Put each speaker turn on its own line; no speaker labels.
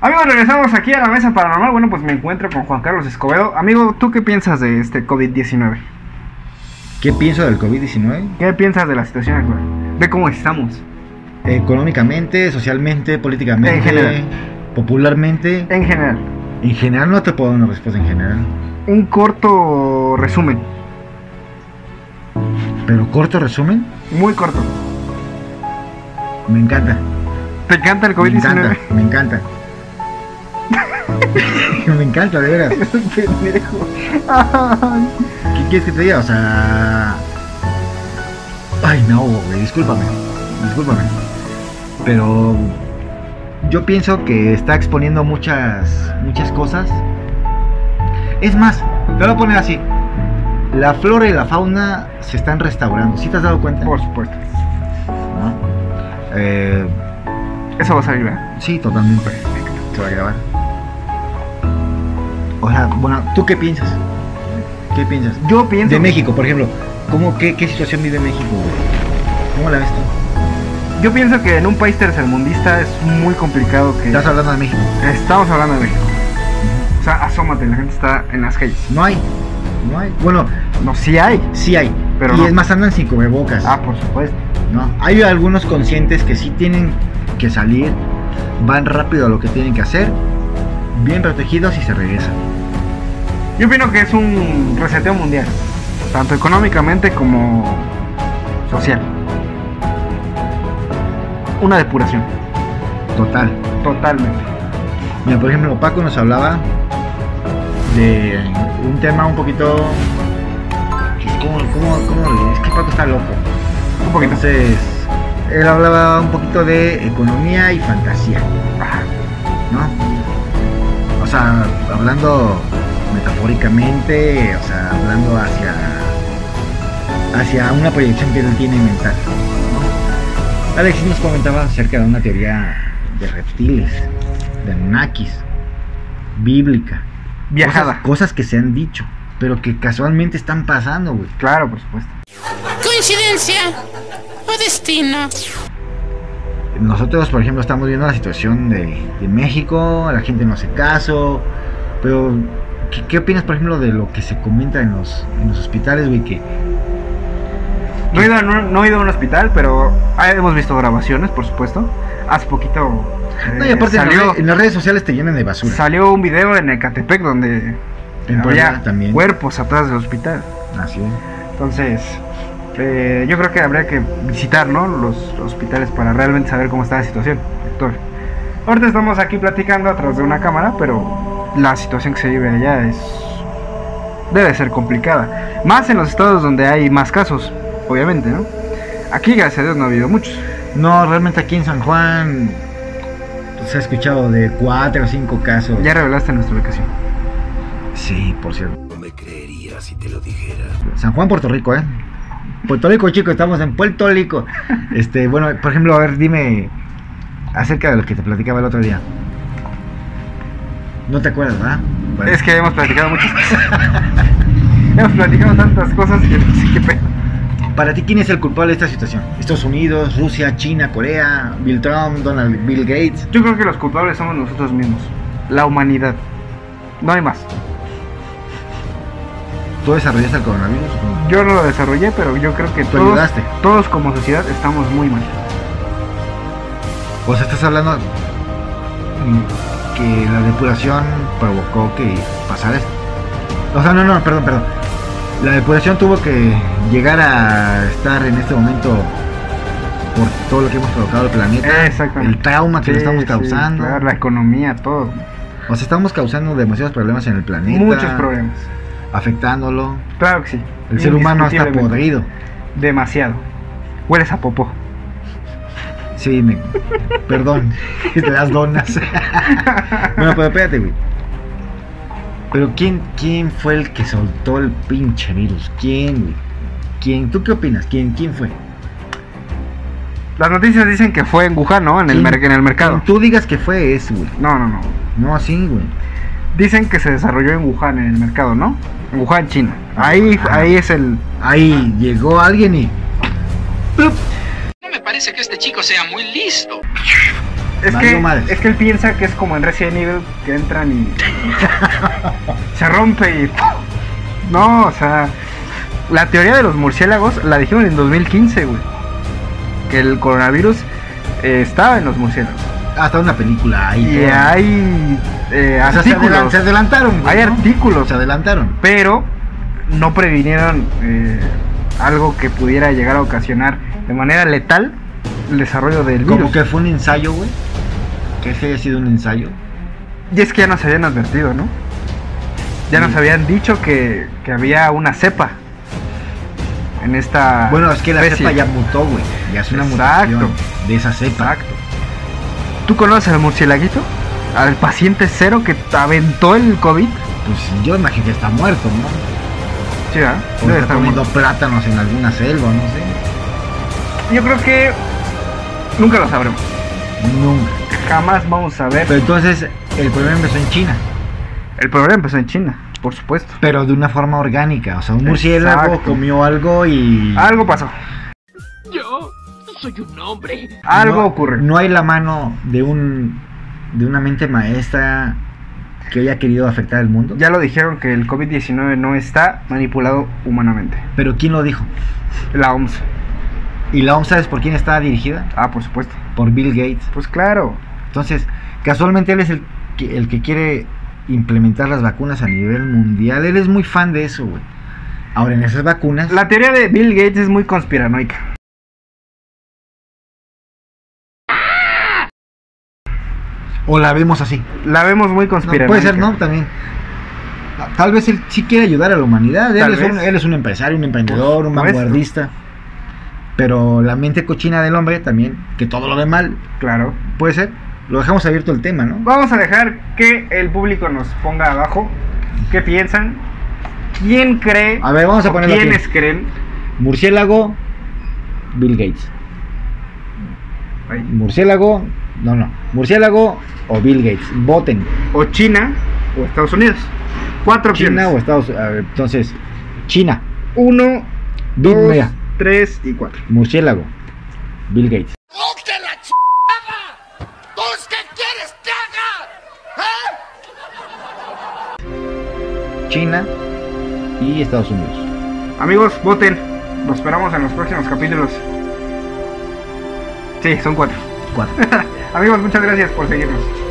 Amigos, regresamos aquí a la mesa paranormal. Bueno, pues me encuentro con Juan Carlos Escobedo. Amigo, ¿tú qué piensas de este COVID-19?
¿Qué pienso del COVID-19?
¿Qué piensas de la situación actual? ¿De cómo estamos?
Económicamente, socialmente, políticamente,
En general.
popularmente.
En general,
En general no te puedo dar una respuesta en general.
un corto resumen,
Pero corto resumen,
muy corto.
me encanta.
¿Te encanta el
Me encanta,
COVID-19?
me encanta. me encanta, de veras.
Pendejo. Ay.
¿Qué quieres que te diga? O sea. Ay, no, güey, discúlpame. Discúlpame. Pero. Yo pienso que está exponiendo muchas. Muchas cosas. Es más, te lo voy a poner así. La flora y la fauna se están restaurando. ¿Sí te has dado cuenta?
Por supuesto.
¿No? Eh,
Eso va a salir, ¿verdad?
sí, totalmente. Se va a grabar. O sea, bueno, ¿tú qué piensas? ¿Qué piensas?
Yo pienso.
De México, por ejemplo, ¿cómo, qué, qué situación vive México? güey? ¿Cómo la ves tú?
Yo pienso que en un país tercermundista es muy complicado que.
Estás hablando de México.
Estamos hablando de México. O sea, asómate, la gente está en las calles.
No hay. No hay. Bueno,
No, sí hay.
sí hay.
Pero
y
no.
es más, andan sin cubrebocas.
Ah, por supuesto.
¿no? Hay algunos conscientes que sí tienen que salir, van rápido a lo que tienen que hacer, bien protegidos y se regresan.
Yo opino que es un reseteo mundial, tanto económicamente como social. Una depuración,
Total.
totalmente.
Mira, por ejemplo, Paco nos hablaba de un tema un poquito... pues, ¿Cómo, cómo, cómo? Es que Paco está loco.
Un poquito.
Entonces, él hablaba un poquito de economía y fantasía,
Ah,
¿no? O sea, hablando metafóricamente, o sea, hablando hacia hacia una proyección que él tiene mental. ¿no? Alexis nos comentaba acerca de una teoría de reptiles, de Anunnakis, bíblica.
Viajada.
Cosas, cosas que se han dicho, pero que casualmente están pasando, güey.
Claro, por supuesto.
Coincidencia o destino.
Nosotros, por ejemplo, estamos viendo la situación de, de México, la gente no hace caso, pero ¿qué, qué opinas, por ejemplo, de lo que se comenta en los, en los hospitales, güey? Que
Eh, No he, ido a, no, no he ido a un hospital, pero ah, hemos visto grabaciones, por supuesto. Hace poquito eh,
no, y aparte en las
salió,
redes- en las redes sociales te llenan de basura.
salió un video en Ecatepec donde
En
había
Puebla también.
cuerpos atrás del hospital.
Así es.
Entonces, eh, yo creo que habría que visitar ¿no? los hospitales para realmente saber cómo está la situación actual. Ahorita estamos aquí platicando atrás de una cámara, pero la situación que se vive allá es debe ser complicada. Más en los estados donde hay más casos, obviamente, ¿no? Aquí, gracias a Dios, no ha habido muchos.
No, realmente aquí en San Juan se ha escuchado de cuatro o cinco casos.
Ya revelaste nuestra ubicación.
Sí, por cierto.
No me creería si te lo dijera.
San Juan, Puerto Rico, ¿eh? Puerto Rico, chicos, estamos en Puerto Rico. Este, bueno, por ejemplo, a ver, dime acerca de lo que te platicaba el otro día. No te acuerdas, ¿verdad? Bueno,
Es que hemos platicado muchas cosas. hemos platicado tantas cosas que no sé qué pedo.
Para ti, ¿quién es el culpable de esta situación? Estados Unidos, Rusia, China, Corea, Bill Trump, Donald Bill Gates.
Yo creo que los culpables somos nosotros mismos, la humanidad. No hay más.
¿Tú desarrollaste el coronavirus?
Yo no lo desarrollé, pero yo creo que
Tú
todos,
ayudaste.
todos como sociedad estamos muy mal.
O sea, estás hablando mm, que la depuración provocó que pasara esto. O sea, no, no, perdón, perdón. La depuración tuvo que llegar a estar en este momento por todo lo que hemos provocado al planeta.
Exactamente.
El trauma que le
Sí,
estamos
sí,
causando.
claro, la economía, todo.
O sea, estamos causando demasiados problemas en el planeta.
Muchos problemas.
Afectándolo.
Claro que sí.
El ser humano está
Indiscutiblemente.
podrido.
Demasiado. Hueles a popó.
Sí, me... perdón, de las donas. bueno, pero espérate, güey. Pero ¿quién, ¿quién fue el que soltó el pinche virus? ¿Quién, güey? ¿Quién? ¿Tú qué opinas? ¿Quién, quién fue?
Las noticias dicen que fue en Wuhan, ¿no? En el,
¿Quién-
mer- en el mercado.
quien Tú digas que fue ese, güey.
No, no, no.
No, así, güey.
Dicen que se desarrolló en Wuhan, en el mercado, ¿no? En Wuhan, China. Ahí,
Ajá.
ahí es el...
Ahí llegó alguien y...
No me parece que este chico sea muy listo.
Es
Valió
que,
madres.
es que él piensa que es como en Resident Evil que entran y se rompe y no, o sea, la teoría de los murciélagos la dijeron en 2015, güey, que el coronavirus eh, estaba en los murciélagos
Hasta una película ahí.
y
todo.
hay eh,
O sea, se, adelan-
artículos,
se adelantaron. güey,
hay
¿no?
artículos,
Se adelantaron.
pero no previnieron eh, algo que pudiera llegar a ocasionar de manera letal el desarrollo del virus.
Como que fue un ensayo, güey. Que ese haya sido un ensayo.
Y es que ya nos habían advertido, ¿no? Ya nos
Sí.
habían dicho que, que había una cepa en esta.
Bueno, es que la
especie.
cepa ya mutó, güey. Ya es una
Ah, pues Exacto.
mutación de esa cepa.
Exacto. ¿Tú conoces al murcielaguito? Al paciente cero que aventó el COVID.
Pues yo imagino que está muerto, ¿no?
Sí, ¿verdad?
O
Debe
está
estar
comiendo
muerto.
plátanos en alguna selva, no sé.
Yo creo que nunca lo sabremos.
Nunca.
Jamás vamos a ver.
Pero entonces el problema empezó en China,
El problema empezó en China, por supuesto.
pero de una forma orgánica. O sea, un murciélago
Exacto.
comió algo y.
Algo pasó.
Yo soy un hombre.
Algo
No-
ocurre.
No hay la mano de un de una mente maestra que haya querido afectar al mundo.
Ya lo dijeron que el COVID-19 no está manipulado humanamente.
Pero ¿quién lo dijo?
La OMS.
¿Y la OMS sabes por quién estaba dirigida?
Ah, por supuesto.
Por Bill Gates.
Pues claro.
Entonces, casualmente él es el que, el que quiere implementar las vacunas a nivel mundial. Él es muy fan de eso, güey. Ahora, en esas vacunas.
La teoría de Bill Gates es muy conspiranoica.
O la vemos así.
La vemos muy
No,
conspiranoica.
puede ser, ¿no? También. Tal vez él sí quiere ayudar a la humanidad. Él
Tal
es, un,
vez. Pues,
él es un empresario, un emprendedor, un
Por supuesto.
vanguardista. Pero la mente cochina del hombre también, que todo lo ve mal,
Claro.
puede ser. Lo dejamos abierto el tema, ¿no?
Vamos a dejar que el público nos ponga abajo qué piensan, quién cree,
A ver, vamos a
o
ponerlo
quiénes
aquí.
creen.
Murciélago, Bill Gates.
Ahí.
Murciélago, no, no. Murciélago o Bill Gates. Voten.
O China o Estados Unidos. Cuatro opciones.
China o Estados Unidos. Entonces, China,
Uno,
Big
dos,
Mega.
tres y cuatro.
Murciélago, Bill Gates.
¡Ponte la ch... ¿Tú qué quieres que haga? ¿Eh?
China y Estados Unidos.
Amigos, voten. Los esperamos en los próximos capítulos. Sí, son cuatro.
Cuatro.
Amigos, muchas gracias por seguirnos.